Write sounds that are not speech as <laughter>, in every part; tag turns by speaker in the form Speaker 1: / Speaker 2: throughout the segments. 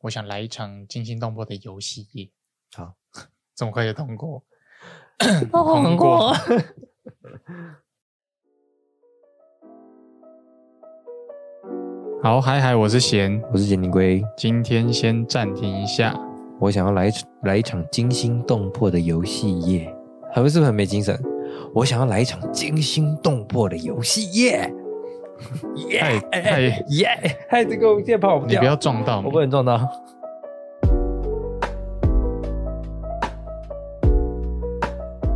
Speaker 1: 我想来一场惊心动魄的游戏夜。
Speaker 2: 好，
Speaker 1: 这么快就通过？
Speaker 3: 哦，很过。
Speaker 1: 好，嗨嗨，我是贤，
Speaker 2: 我是简宁龟，
Speaker 1: 今天先暂停一下。
Speaker 2: 我想要来一来一场惊心动魄的游戏夜，还不是很没精神？我想要来一场惊心动魄的游戏夜，
Speaker 1: 太太，
Speaker 2: 耶！嗨，这个键盘我
Speaker 1: 你不要，撞到
Speaker 2: 我
Speaker 1: 你
Speaker 2: 哎不。能撞到。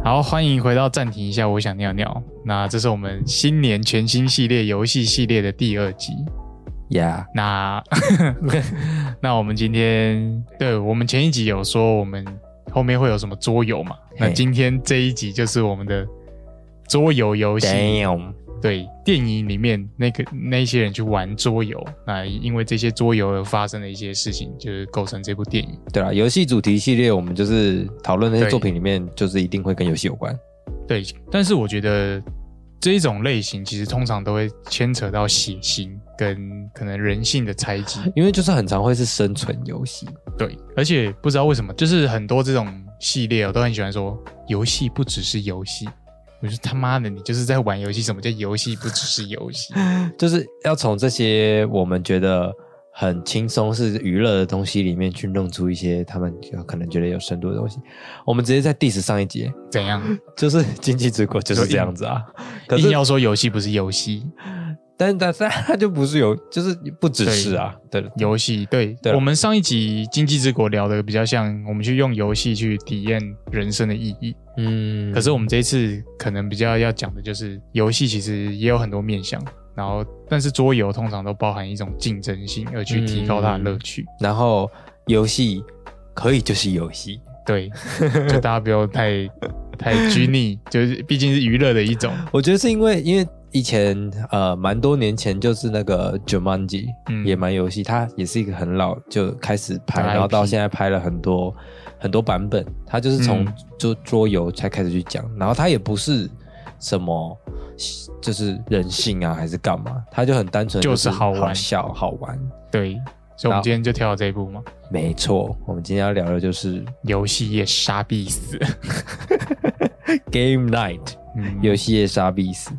Speaker 1: 好，欢迎回到暂停一下，我想尿尿。那这是我们新年全新系列游戏系列的第二集。
Speaker 2: 呀， <laughs>
Speaker 1: 那那我们今天，对我们前一集有说我们后面会有什么桌游嘛？那
Speaker 2: 嘿
Speaker 1: 今天这一集就是我们的桌游游戏，
Speaker 2: damn，
Speaker 1: 对电影里面那个那些人去玩桌游，那因为这些桌游而发生的一些事情，就是构成这部电影。
Speaker 2: 对了，游戏主题系列我们就是讨论那些
Speaker 1: 对
Speaker 2: 作品里面，就是一定会跟游戏有关。
Speaker 1: 对，但是我觉得这一种类型其实通常都会牵扯到血腥跟可能人性的猜
Speaker 2: <laughs>
Speaker 1: 忌。
Speaker 2: 因为就是很常会是生存游戏，
Speaker 1: 对，而且不知道为什么，就是很多这种系列我都很喜欢说，游戏不只是游戏。我说他妈的，你就是在玩游戏，什么叫游戏不只是游
Speaker 2: <laughs>
Speaker 1: 戏？
Speaker 2: 就是要从这些我们觉得很轻松是娱乐的东西里面去弄出一些他们可能觉得有深度的东西。我们直接在 diss 上一节，
Speaker 1: 怎样？
Speaker 2: 就是经济之国就是这样子啊。可
Speaker 1: 硬
Speaker 2: 是，
Speaker 1: 要说游戏不是游戏，
Speaker 2: 但但但它就不是有，就是不只是啊，对了，
Speaker 1: 游戏对。啊
Speaker 2: 对了
Speaker 1: 我们上一集《经济之国》聊的比较像，我们去用游戏去体验人生的意义。
Speaker 2: 嗯
Speaker 1: 可是我们这一次可能比较要讲的就是，游戏其实也有很多面向，然后但是桌游通常都包含一种竞争性，而去提高它的乐趣。
Speaker 2: 然后游戏可以就是游戏，
Speaker 1: 对， <laughs> 就大家不要太太拘泥， <laughs> 就是毕竟是娱乐的一种。
Speaker 2: 我觉得是因为因为。以前呃，蛮多年前就是那个 Jumanji、
Speaker 1: 嗯
Speaker 2: 野蛮游戏，它也是一个很老就开始拍，
Speaker 1: 大 IP
Speaker 2: 然后到现在拍了很多很多版本。它就是从
Speaker 1: 嗯
Speaker 2: 桌桌游才开始去讲，然后它也不是什么就是人性啊还是干嘛，它就很单纯
Speaker 1: 就是
Speaker 2: 是
Speaker 1: 好玩
Speaker 2: 笑好玩。
Speaker 1: 对，所以我们今天就跳到这一步嘛。
Speaker 2: 没错，我们今天要聊的就是
Speaker 1: 游戏业杀必 <laughs> 死，
Speaker 2: Game Night。
Speaker 1: 嗯
Speaker 2: 游戏夜杀必死。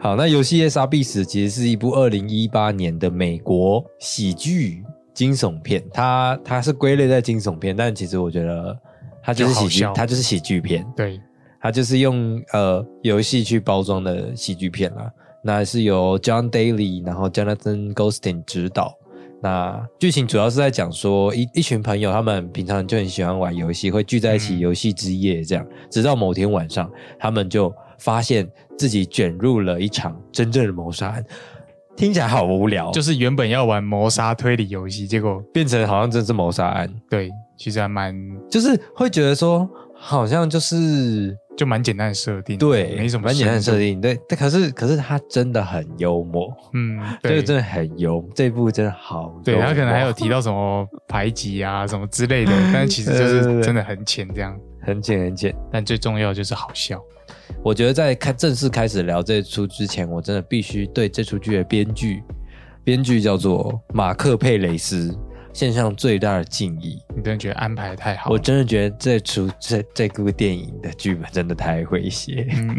Speaker 2: 好，那游戏夜杀必死其实是一部二零一八年的美国喜剧惊悚片，它它是归类在惊悚片，但其实我觉得它就是喜
Speaker 1: 就
Speaker 2: 剧
Speaker 1: 好笑，
Speaker 2: 它就是喜剧片，
Speaker 1: 对，
Speaker 2: 它就是用呃游戏去包装的喜剧片啦。那是由 John Daly 然后 Jonathan Goldstein 执导。那剧情主要是在讲说一一群朋友，他们平常就很喜欢玩游戏，会聚在一起
Speaker 1: 嗯
Speaker 2: 游戏之夜这样。直到某天晚上，他们就发现自己卷入了一场真正的谋杀案。听起来好无聊，哦
Speaker 1: 就是是原本要玩谋杀推理游戏，结果
Speaker 2: 变成好像真是谋杀案，
Speaker 1: 对，其实还蛮
Speaker 2: 就是会觉得说好像就是
Speaker 1: 就蛮简单的设定，
Speaker 2: 对，
Speaker 1: 没什么
Speaker 2: 蛮简单的
Speaker 1: 深
Speaker 2: 设
Speaker 1: 度，
Speaker 2: 定。对，但可是可是他真的很幽默，
Speaker 1: 嗯，
Speaker 2: 这
Speaker 1: 对
Speaker 2: 个，真的很幽，这一部真的好幽默。
Speaker 1: 对他可能还有提到什么排挤
Speaker 2: <laughs>
Speaker 1: 啊什么之类的，但其实就
Speaker 2: 对对
Speaker 1: 是
Speaker 2: 对
Speaker 1: 真的很浅这样。
Speaker 2: 很浅很浅。
Speaker 1: 但最重要的就是好笑，
Speaker 2: 我觉得在开正式开始聊这出之前，我真的必须对这出剧的编剧，编剧叫做马克佩雷斯，献上最大的敬意。
Speaker 1: 你真的觉得安排得太好
Speaker 2: 我
Speaker 1: 了。
Speaker 2: 真的觉得这出这这部电影的剧本真的太会写，
Speaker 1: 嗯，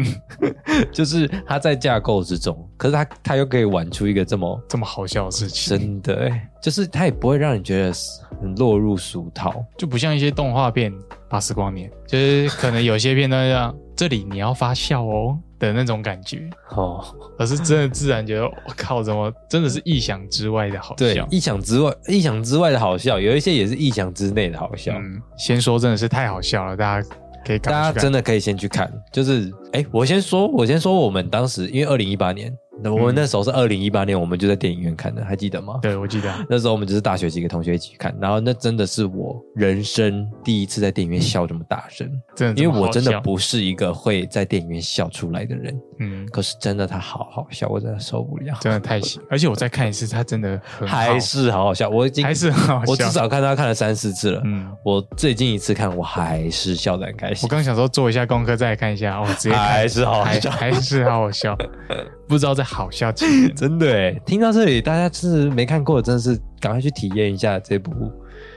Speaker 2: <laughs> 就是他在架构之中，可是他他又可以玩出一个这么
Speaker 1: 这么好笑的事情，
Speaker 2: 真的、欸，就是他也不会让你觉得很落入俗套。
Speaker 1: 就不像一些动画片《巴斯光年》，就是可能有些片段像这里你要 <laughs> 发笑哦的那种感觉，
Speaker 2: 哦，
Speaker 1: 而是真的自然觉得我靠，怎么真的是意想之外的好
Speaker 2: 对
Speaker 1: 笑，。
Speaker 2: 意想之外，意想之外的好笑，有一些也是意想之内的好笑。
Speaker 1: 嗯，先说真的是太好笑了，大家可以赶
Speaker 2: 大
Speaker 1: 快
Speaker 2: 家
Speaker 1: 去看
Speaker 2: 真的可以先去看，就是哎，我先说，我先说，我们当时因为二零一八年，那我们
Speaker 1: 嗯
Speaker 2: 那时候是二零一八年，我们就在电影院看的，还记得吗？
Speaker 1: 对我记得，
Speaker 2: 那时候我们就是大学几个同学一起去看，然后那真的是我人生第一次在电影院笑这么大声，
Speaker 1: 真的
Speaker 2: 因
Speaker 1: 嗯这么好笑，
Speaker 2: 为我真的不是一个会在电影院笑出来的人，
Speaker 1: 嗯，
Speaker 2: 可是真的他好好笑，我真的受不了，
Speaker 1: 真的太喜，而且我再看一次，他真的很好
Speaker 2: 还是好好笑，我已经
Speaker 1: 还是很好笑，
Speaker 2: 我至少看他看了三四次了，
Speaker 1: 嗯。
Speaker 2: 我最近一次看我还是笑得很开
Speaker 1: 我
Speaker 2: 心，
Speaker 1: 刚想说做一下功课再来看一下，哦，直接看
Speaker 2: 还是好好
Speaker 1: 还
Speaker 2: 笑。
Speaker 1: 还是好好笑，不知道在好笑情人
Speaker 2: <laughs> 真的哎，听到这里，大家是没看过的，真的是赶快去体验一下这部。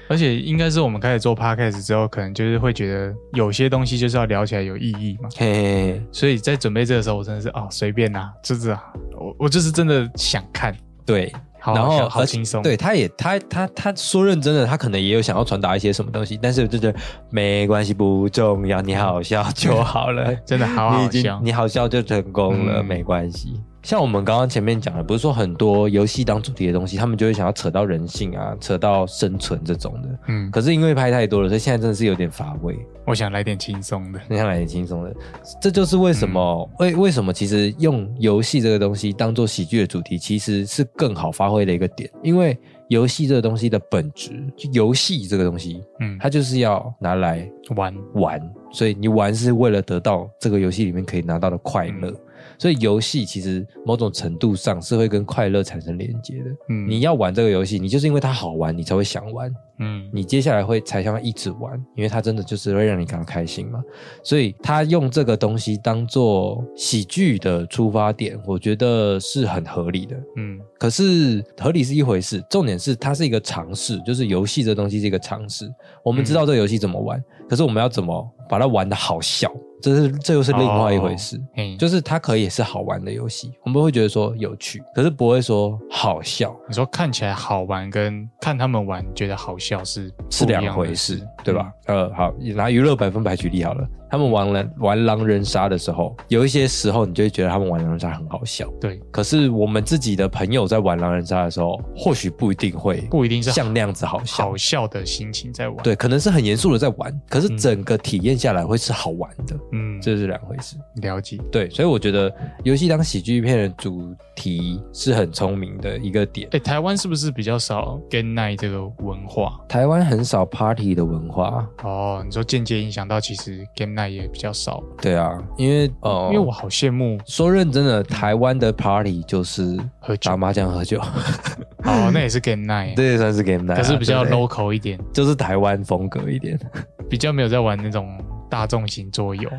Speaker 1: 而且应该是我们开始做 podcast 之后，可能就是会觉得有些东西就是要聊起来有意义嘛。
Speaker 2: 嘿嘿，嘿
Speaker 1: 所以在准备这个时候，我真的是啊随便啦、就是啊，我我就是真的想看，
Speaker 2: 对，
Speaker 1: 好
Speaker 2: 然
Speaker 1: 好
Speaker 2: 后
Speaker 1: 笑好
Speaker 2: 而且
Speaker 1: 轻松，
Speaker 2: 对，，他也他他他说认真的，他可能也有想要传达一些什么东西，但是我就觉得没关系，不重要，你好笑就好了。
Speaker 1: 真的好
Speaker 2: 你
Speaker 1: 好
Speaker 2: 已经
Speaker 1: 笑。
Speaker 2: 你好笑就成功了，
Speaker 1: 嗯
Speaker 2: 没关系。像我们刚刚前面讲的，不是说很多游戏当主题的东西，他们就会想要扯到人性啊，扯到生存这种的。
Speaker 1: 嗯，
Speaker 2: 可是因为拍太多了，所以现在真的是有点乏味。
Speaker 1: 我想来点轻松的。
Speaker 2: 那下来也轻松的，这就是为什
Speaker 1: 嗯
Speaker 2: 么、为为什么其实用游戏这个东西当做喜剧的主题，其实是更好发挥的一个点，因为游戏这个东西的本质，就游戏这个东西，
Speaker 1: 嗯，
Speaker 2: 它就是要拿来
Speaker 1: 玩，
Speaker 2: 玩，所以你玩是为了得到这个游戏里面可以拿到的快乐，
Speaker 1: 嗯
Speaker 2: 所以游戏其实某种程度上是会跟快乐产生连接的。
Speaker 1: 嗯，
Speaker 2: 你要玩这个游戏，你就是因为它好玩，你才会想玩。
Speaker 1: 嗯
Speaker 2: 你接下来会才想要一直玩，因为它真的就是会让你感到开心嘛。所以他用这个东西当做喜剧的出发点，我觉得是很合理的。
Speaker 1: 嗯
Speaker 2: 可是合理是一回事，重点是它是一个尝试，就是游戏这东西是一个尝试。我们
Speaker 1: 嗯
Speaker 2: 知道这个游戏怎么玩，可是我们要怎么把它玩的好笑，这是这又是另外一回事。
Speaker 1: 嘿，就
Speaker 2: 就是它可以是好玩的游戏，我们会觉得说有趣，可是不会说好笑。
Speaker 1: 你说看起来好玩跟看他们玩觉得好笑是
Speaker 2: 是
Speaker 1: 不一样的嗯
Speaker 2: 两回事，对吧？？呃，好，拿娱乐百分百举例好了。他们玩了玩狼人杀的时候，有一些时候你就会觉得他们玩狼人杀很好笑。
Speaker 1: 对，
Speaker 2: 可是我们自己的朋友在玩狼人杀的时候，或许不一定会
Speaker 1: 不一定是好
Speaker 2: 像那样子好笑。
Speaker 1: 好笑的心情在玩。，
Speaker 2: 对，可能是很严肃的在玩，可是整个体验下来会是好玩的，
Speaker 1: 嗯，
Speaker 2: 这是两回事。
Speaker 1: 了解。
Speaker 2: 对，所以我觉得游戏当喜剧片的主题是很聪明的一个点。
Speaker 1: 哎，台湾是不是比较少 gay night 这个文化？
Speaker 2: 台湾很少 party 的文化，
Speaker 1: 哦，你说间接影响到其实 game night 也比较少，
Speaker 2: 对啊，因为呃，
Speaker 1: 哦因为我好羡慕
Speaker 2: 说认真的，台湾的 party 就是
Speaker 1: 喝酒
Speaker 2: 打，麻将喝酒，
Speaker 1: 哦，那也是 game night，
Speaker 2: 这也算是 game night，啊、
Speaker 1: 可是比较
Speaker 2: 对不对
Speaker 1: local 一点，
Speaker 2: 就是台湾风格一点。
Speaker 1: 比较没有在玩那种大众型桌游。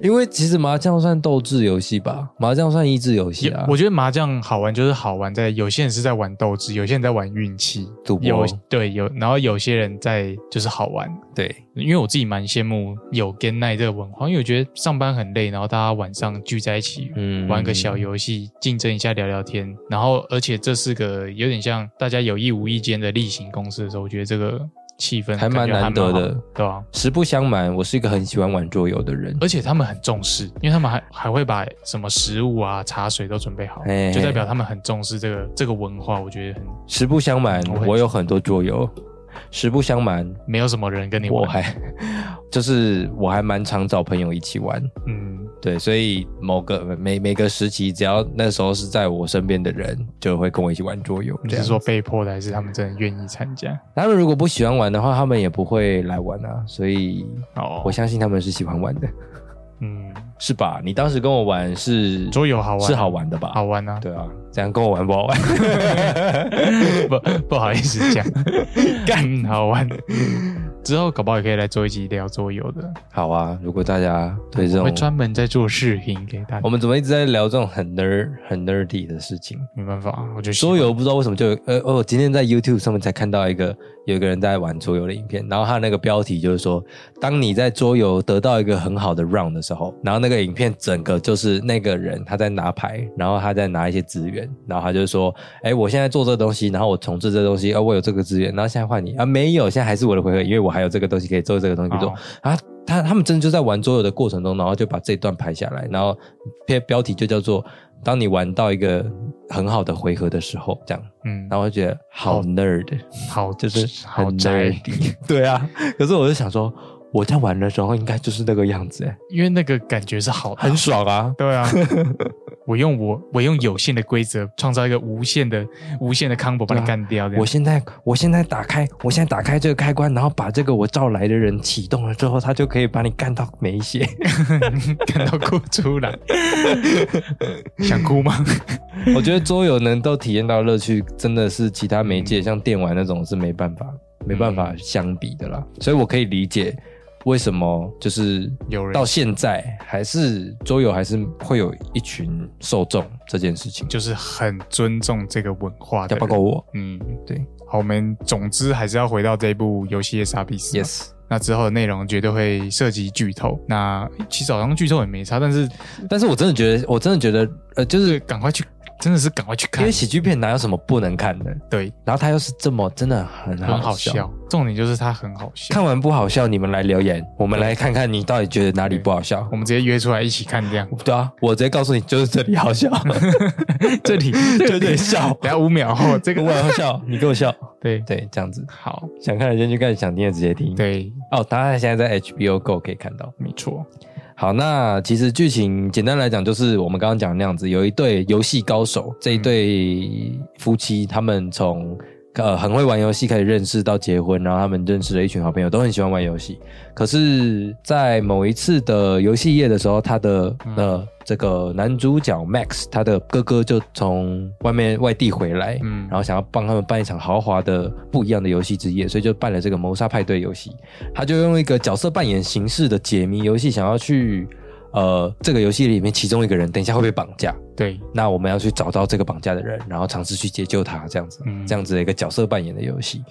Speaker 2: 因为其实麻将算斗智游戏吧，麻将算益智游戏
Speaker 1: 也
Speaker 2: 啊。
Speaker 1: 我觉得麻将好玩就是好玩在有些人是在玩斗志，有些人在玩运气，
Speaker 2: 赌博
Speaker 1: 有对有，然后有些人在就是好玩。
Speaker 2: 对
Speaker 1: 因为我自己蛮羡慕有 game night 这个文化，因为我觉得上班很累，然后大家晚上聚在一起，
Speaker 2: 嗯
Speaker 1: 玩个小游戏，竞争一下，聊聊天。然后，而且这是个有点像大家有意无意间的例行公事的时候，我觉得这个气氛
Speaker 2: 还
Speaker 1: 感
Speaker 2: 蛮
Speaker 1: 觉
Speaker 2: 难得
Speaker 1: 好
Speaker 2: 的，
Speaker 1: 对啊。
Speaker 2: 实不相瞒，我是一个很喜欢玩桌游的人。
Speaker 1: 而且他们很重视，因为他们还还会把什么食物啊、茶水都准备好，
Speaker 2: 嘿嘿
Speaker 1: 就代表他们很重视这个这个文化。我觉得很
Speaker 2: 实不相瞒
Speaker 1: 我，很
Speaker 2: 我有很多桌游。实不相瞒，
Speaker 1: 没有什么人跟你
Speaker 2: 我
Speaker 1: 玩，
Speaker 2: 还 <laughs> 就是我还蛮常找朋友一起玩。
Speaker 1: 嗯，
Speaker 2: 对，所以某个每每个时期，只要那时候是在我身边的人，就会跟我一起玩桌游。
Speaker 1: 你
Speaker 2: 这
Speaker 1: 是
Speaker 2: 样
Speaker 1: 说被迫的，还是他们真的愿意参加？
Speaker 2: 他们如果不喜欢玩的话，他们也不会来玩啊。所以
Speaker 1: 哦
Speaker 2: 我，相信他们是喜欢玩的，
Speaker 1: 嗯，
Speaker 2: 是吧？你当时跟我玩是
Speaker 1: 桌游好玩，啊
Speaker 2: 是好，玩的吧？
Speaker 1: 好玩啊，
Speaker 2: 对啊，这样跟我玩不
Speaker 1: <laughs>
Speaker 2: 好玩？ <laughs>
Speaker 1: 不不好意思讲，干好玩。之后搞不好也可以来做一集聊桌游的，
Speaker 2: 好啊，如果大家对这
Speaker 1: 我会
Speaker 2: 种
Speaker 1: 专门在做视频给大
Speaker 2: 我
Speaker 1: 家。
Speaker 2: 们怎么一直在聊这种很 nerd 很 nerdy 的事情？
Speaker 1: 没办法，啊我就喜欢
Speaker 2: 桌游不知道为什么就有呃，我今天在 YouTube 上面才看到一个有一个人在玩桌游的影片，然后他那个标题就是说，当你在桌游得到一个很好的 round 的时候，然后那个影片整个就是那个人他在拿牌，然后他在拿一些资源，然后他就说，哎，我现在做这个东西，然后我重置这个东西，哦，我有这个资源，然后现在换你啊，没有，现在还是我的回合，因为我还有这个东西可以做，这个东西可以做
Speaker 1: 哦，
Speaker 2: 啊，他他们真的就在玩桌游的过程中，然后就把这一段拍下来，然后标标题就叫做“当你玩到一个很好的回合的时候”，这样，
Speaker 1: 嗯
Speaker 2: 然，后我就觉得好
Speaker 1: 好
Speaker 2: nerd，
Speaker 1: 好
Speaker 2: 就是很
Speaker 1: 好宅，
Speaker 2: nerdy，对 <laughs> 啊。可是我就想说，我在玩的时候应该就是那个样子，哎，
Speaker 1: 因为那个感觉是好的啊，
Speaker 2: 很爽啊。
Speaker 1: 对啊，我用我我用有限的规则创造一个无限的无限的 combo 把
Speaker 2: 对啊
Speaker 1: 你干掉。这样
Speaker 2: <laughs> 我现在，我现在打开，我现在打开这个开关，然后把这个我召来的人启动了之后，他就可以把你干到没血。
Speaker 1: <laughs> 感到哭出来， <laughs> 想哭吗？
Speaker 2: <laughs> 我觉得桌游能够体验到乐趣，真的是其
Speaker 1: 嗯
Speaker 2: 他媒介、像电玩那种是没办法没办法相比的啦。所以我可以理解为什么就是
Speaker 1: 有人
Speaker 2: 到现在还是桌游还是会有一群受众这件事情，
Speaker 1: 就是很尊重这个文化的人，
Speaker 2: 要包括我
Speaker 1: 嗯，
Speaker 2: 对
Speaker 1: 好，我们总之还是要回到这部游戏的傻逼死嘛。
Speaker 2: ，yes，
Speaker 1: 那之后的内容绝对会涉及剧透。那其实好像剧透也没差，但是
Speaker 2: 但是我真的觉得，我真的觉得，呃，就
Speaker 1: 就是
Speaker 2: 是
Speaker 1: 赶快去，真的是赶快去
Speaker 2: 因
Speaker 1: 看
Speaker 2: 为。喜剧片哪有什么不能看的，
Speaker 1: 对，
Speaker 2: 然后它又是这么真的很
Speaker 1: 很
Speaker 2: 好
Speaker 1: 好笑。重点就是它很好笑。
Speaker 2: 看完不好笑，你们来留言，我们来看看你到底觉得哪里不好笑
Speaker 1: 我。们直接约出来一起看，
Speaker 2: <laughs>
Speaker 1: 这样
Speaker 2: 对啊，我直接告诉你，就是这里好笑，
Speaker 1: <laughs> 这
Speaker 2: <laughs>
Speaker 1: 里
Speaker 2: 就这里
Speaker 1: <laughs>
Speaker 2: 笑，
Speaker 1: 等下五秒后这
Speaker 2: <laughs> 我
Speaker 1: 个
Speaker 2: 好笑，你给我笑，
Speaker 1: 对
Speaker 2: 对，这样子。
Speaker 1: 好
Speaker 2: 想看的先去看，想听的直接听。，
Speaker 1: 对
Speaker 2: 哦，当然现在在 HBO Go 可以看到。
Speaker 1: 没错，
Speaker 2: 好，那其实剧情简单来讲，就是我们刚刚讲的那样子，有一对游戏高手，这一
Speaker 1: 嗯
Speaker 2: 对夫妻，他们从呃很会玩游戏开始认识到结婚，然后他们认识了一群好朋友，都很喜欢玩游戏。可是，在某一次的游戏夜的时候，他的
Speaker 1: 嗯
Speaker 2: 呃这个男主角 Max，他的哥哥就从外面外地回来，
Speaker 1: 嗯
Speaker 2: 然后想要帮他们办一场豪华的不一样的游戏之夜，所以就办了这个谋杀派对游戏。他就用一个角色扮演形式的解谜游戏，想要去呃这个游戏里面其中一个人等一下会被绑架，
Speaker 1: 对
Speaker 2: 那我们要去找到这个绑架的人，然后尝试去解救他，这样子，
Speaker 1: 嗯
Speaker 2: 这样子的一个角色扮演的游戏。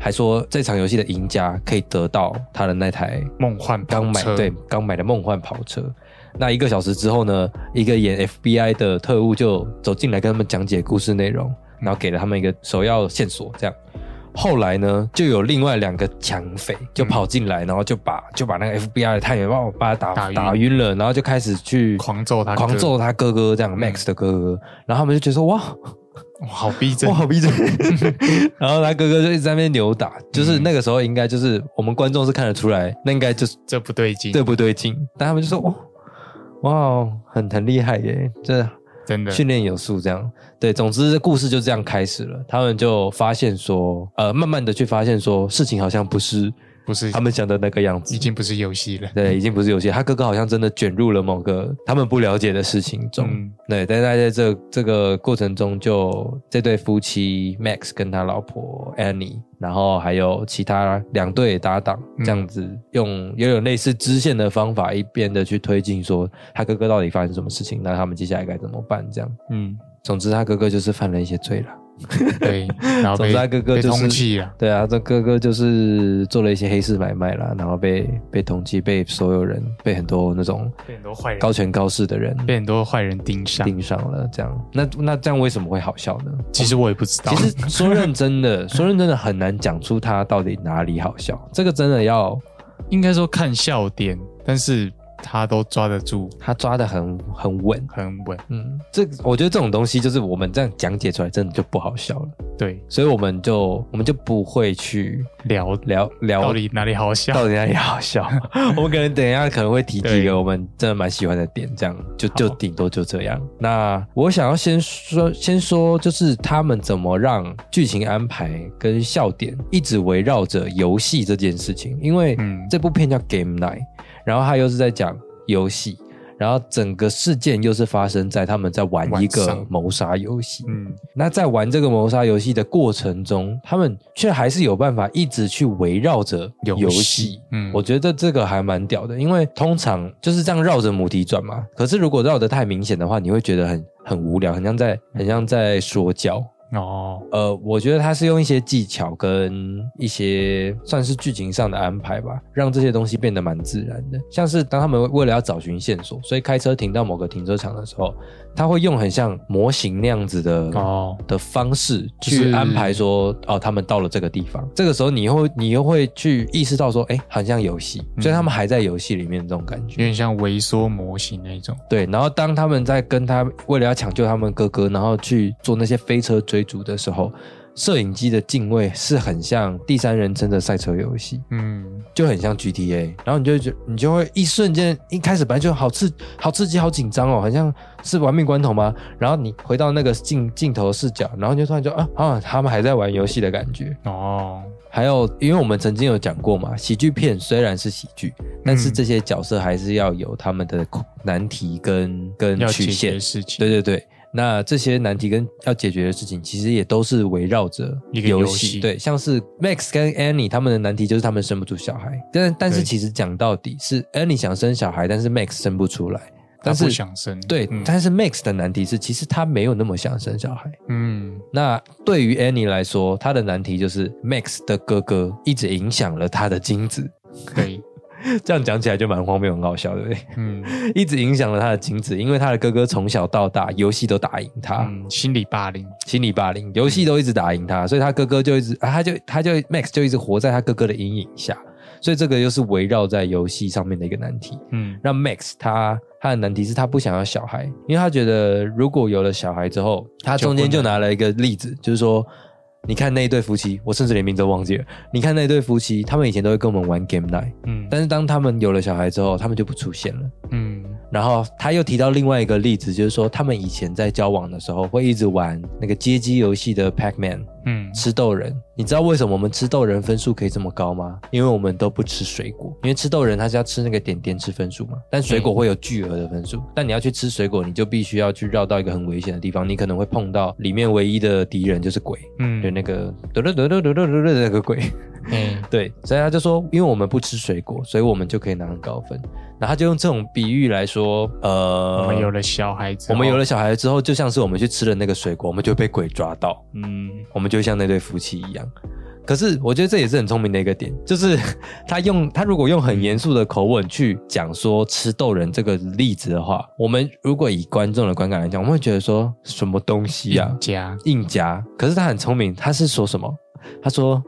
Speaker 2: 还说这场游戏的赢家可以得到他的那台
Speaker 1: 梦幻跑
Speaker 2: 刚买
Speaker 1: 车
Speaker 2: 对刚买的梦幻跑车。那一个小时之后呢，一个演 FBI 的特务就走进来跟他们讲解故事内容，
Speaker 1: 嗯
Speaker 2: 然后给了他们一个首要线索。这样，后来呢，就有另外两个抢匪就跑进来，然后就把就把那个 FBI 的探员把我把他
Speaker 1: 嗯打
Speaker 2: 打
Speaker 1: 晕
Speaker 2: 打晕了，然后就开始去
Speaker 1: 狂嗯揍他哥
Speaker 2: 狂揍他哥哥这样 Max 的哥哥，然后他们就觉得说哇
Speaker 1: 哇好逼真
Speaker 2: 哇，好
Speaker 1: <laughs>
Speaker 2: 逼真，然后他哥哥就一直在那边扭打，就是
Speaker 1: 嗯
Speaker 2: 那个时候应该就是我们观众是看得出来，那应该就是
Speaker 1: 这不对劲，
Speaker 2: 对不对劲？但他们就说哦，哇哦，很很厉害耶，这
Speaker 1: 真的
Speaker 2: 训练有素这样。对，总之这故事就这样开始了。他们就发现说，呃，慢慢的去发现说，事情好像不是
Speaker 1: 不是
Speaker 2: 他们想的那个样子
Speaker 1: 已。经不是游戏了，
Speaker 2: 对，已经不是游戏，他哥哥好像真的卷入了某个他们不了解的事情中。
Speaker 1: 嗯
Speaker 2: 对，但是他在这这个过程中就，这对夫妻 Max 跟他老婆 Annie，然后还有其他两对搭档，
Speaker 1: 嗯
Speaker 2: 这样子用也有类似支线的方法，一边的去推进说他哥哥到底发生什么事情，那他们接下来该怎么办？这样，
Speaker 1: 嗯
Speaker 2: 总之他哥哥就是犯了一些罪了。
Speaker 1: 对，然后
Speaker 2: 总
Speaker 1: 被
Speaker 2: 之他哥哥
Speaker 1: 被
Speaker 2: 就是
Speaker 1: 通缉了，
Speaker 2: 对啊，这哥哥就是做了一些黑市买卖啦，然后被被通缉，被所有人，被很多那种
Speaker 1: 被很多坏人
Speaker 2: 高权高势的人
Speaker 1: 被很多坏人盯上，
Speaker 2: 盯上了。这样，那那这样为什么会好笑呢？
Speaker 1: 其实我也不知道，
Speaker 2: 其实说认真的，说认真的很难讲出它到底哪里好笑。这个真的要
Speaker 1: 应该说看笑点，但是他都抓得住，
Speaker 2: 他抓的很很稳。
Speaker 1: 很稳。
Speaker 2: 嗯，这我觉得这种东西就是我们这样讲解出来，真的就不好笑了。
Speaker 1: 对，
Speaker 2: 所以我们就我们就不会去
Speaker 1: 聊
Speaker 2: 聊聊
Speaker 1: 到底哪里好笑？
Speaker 2: 到底哪里好
Speaker 1: <laughs>
Speaker 2: 笑。我们可能等一下可能会提几
Speaker 1: 对
Speaker 2: 个我们真的蛮喜欢的点，这样就就
Speaker 1: 好
Speaker 2: 顶多就这样。那我想要先说，先说就是他们怎么让剧情安排跟笑点一直围绕着游戏这件事情，因为
Speaker 1: 嗯
Speaker 2: 这部片叫 Game Night，然后它又是在讲游戏。然后整个事件又是发生在他们在玩一
Speaker 1: 晚
Speaker 2: 个
Speaker 1: 上
Speaker 2: 谋杀游戏，
Speaker 1: 嗯，
Speaker 2: 那在玩这个谋杀游戏的过程中，他们却还是有办法一直去围绕着
Speaker 1: 游戏
Speaker 2: 游戏。
Speaker 1: 嗯
Speaker 2: 我觉得这个还蛮屌的，因为通常就是这样绕着母题转嘛。可是如果绕得太明显的话，你会觉得很很无聊，很像在很像在说教。
Speaker 1: 哦，
Speaker 2: 呃，我觉得他是用一些技巧跟一些算是剧情上的安排吧，让这些东西变得蛮自然的。像是当他们为了要找寻线索，所以开车停到某个停车场的时候，他会用很像模型那样子的
Speaker 1: 哦
Speaker 2: 的方式
Speaker 1: 就是
Speaker 2: 去安排说，哦，他们到了这个地方。这个时候你又你又会去意识到说，哎，好像游戏，所以他们还在游戏里面这种感
Speaker 1: 有
Speaker 2: 觉。
Speaker 1: 点像微缩模型那种。
Speaker 2: 对，然后当他们在跟他为了要抢救他们哥哥，然后去做那些飞车追逐的时候，摄影机的敬畏是很像第三人称的赛车游戏，
Speaker 1: 嗯，
Speaker 2: 就很像 GTA。然后你就会觉你就会一瞬间一开始本来就好刺好刺激好紧张哦，好像是玩命关头吗？然后你回到那个镜镜头视角，然后你就突然就啊啊，他们还在玩游戏的感觉。
Speaker 1: 哦，
Speaker 2: 还有，因为我们曾经有讲过嘛，喜剧片虽然是喜剧，但是
Speaker 1: 嗯
Speaker 2: 这些角色还是要有他们的难题跟跟
Speaker 1: 要
Speaker 2: 曲
Speaker 1: 解
Speaker 2: 线
Speaker 1: 决。事情。
Speaker 2: 对对对，那这些难题跟要解决的事情，其实也都是围绕着
Speaker 1: 一个游戏
Speaker 2: 对，像是 Max 跟 Annie 他们的难题就是他们生不出小孩，但但是
Speaker 1: 对
Speaker 2: 其实讲到底是 Annie 想生小孩，但是 Max 生不出来。
Speaker 1: 他
Speaker 2: 但
Speaker 1: 不
Speaker 2: 是
Speaker 1: 想生，
Speaker 2: 对，
Speaker 1: 嗯
Speaker 2: 但是 Max 的难题是，其实他没有那么想生小孩。
Speaker 1: 嗯，
Speaker 2: 那对于 Annie 来说，她的难题就是 Max 的哥哥一直影响了她的精子。 <laughs>
Speaker 1: 对，
Speaker 2: 这样讲起来就蛮荒谬、很搞笑，对不对？ <laughs>
Speaker 1: 嗯
Speaker 2: 一直影响了她的精子，因为她的哥哥从小到大游戏都打赢她，
Speaker 1: 嗯，心理霸凌，
Speaker 2: 心理霸凌，游戏都一直打赢她，所以她哥哥就一直，啊、他就他就 Max 就一直活在她哥哥的阴影下。所以这个又是围绕在游戏上面的一个难题。
Speaker 1: 嗯
Speaker 2: 那 Max 他他的难题是他不想要小孩，因为他觉得如果有了小孩之后，他中间就拿了一个例子，就是说，你看那一对夫妻，我甚至连名字都忘记了。你看那一对夫妻，他们以前都会跟我们玩 game night，
Speaker 1: 嗯
Speaker 2: 但是当他们有了小孩之后，他们就不出现了。
Speaker 1: 嗯
Speaker 2: 然后他又提到另外一个例子，就是说他们以前在交往的时候会一直玩那个街机游戏的 Pac Man
Speaker 1: 嗯，
Speaker 2: 吃豆人。你知道为什么我们吃豆人分数可以这么高吗？因为我们都不吃水果，因为吃豆人它是要吃那个点点吃分数嘛，但水果会有巨额的分数。但你要去吃水果，你就必须要去绕到一个很危险的地方，你可能会碰到里面唯一的敌人就是鬼，
Speaker 1: 嗯
Speaker 2: 就那个 <laughs> 得得得得得得得得那个鬼。
Speaker 1: 嗯
Speaker 2: 对，所以他就说，因为我们不吃水果，所以我们就可以拿很高分。然后他就用这种比喻来说，呃，
Speaker 1: 我们有了小孩子，
Speaker 2: 我们有了，小孩之后，就像是我们去吃了那个水果，我们就被鬼抓到，
Speaker 1: 嗯
Speaker 2: 我们就像那对夫妻一样。可是我觉得这也是很聪明的一个点，就是 <laughs> 他用他如果用很严肃的口吻去讲说吃豆人这个例子的话，我们如果以观众的观感来讲，我们会觉得说什么东西啊，
Speaker 1: 家，
Speaker 2: 硬夹。可是他很聪明，他是说什么？他说：“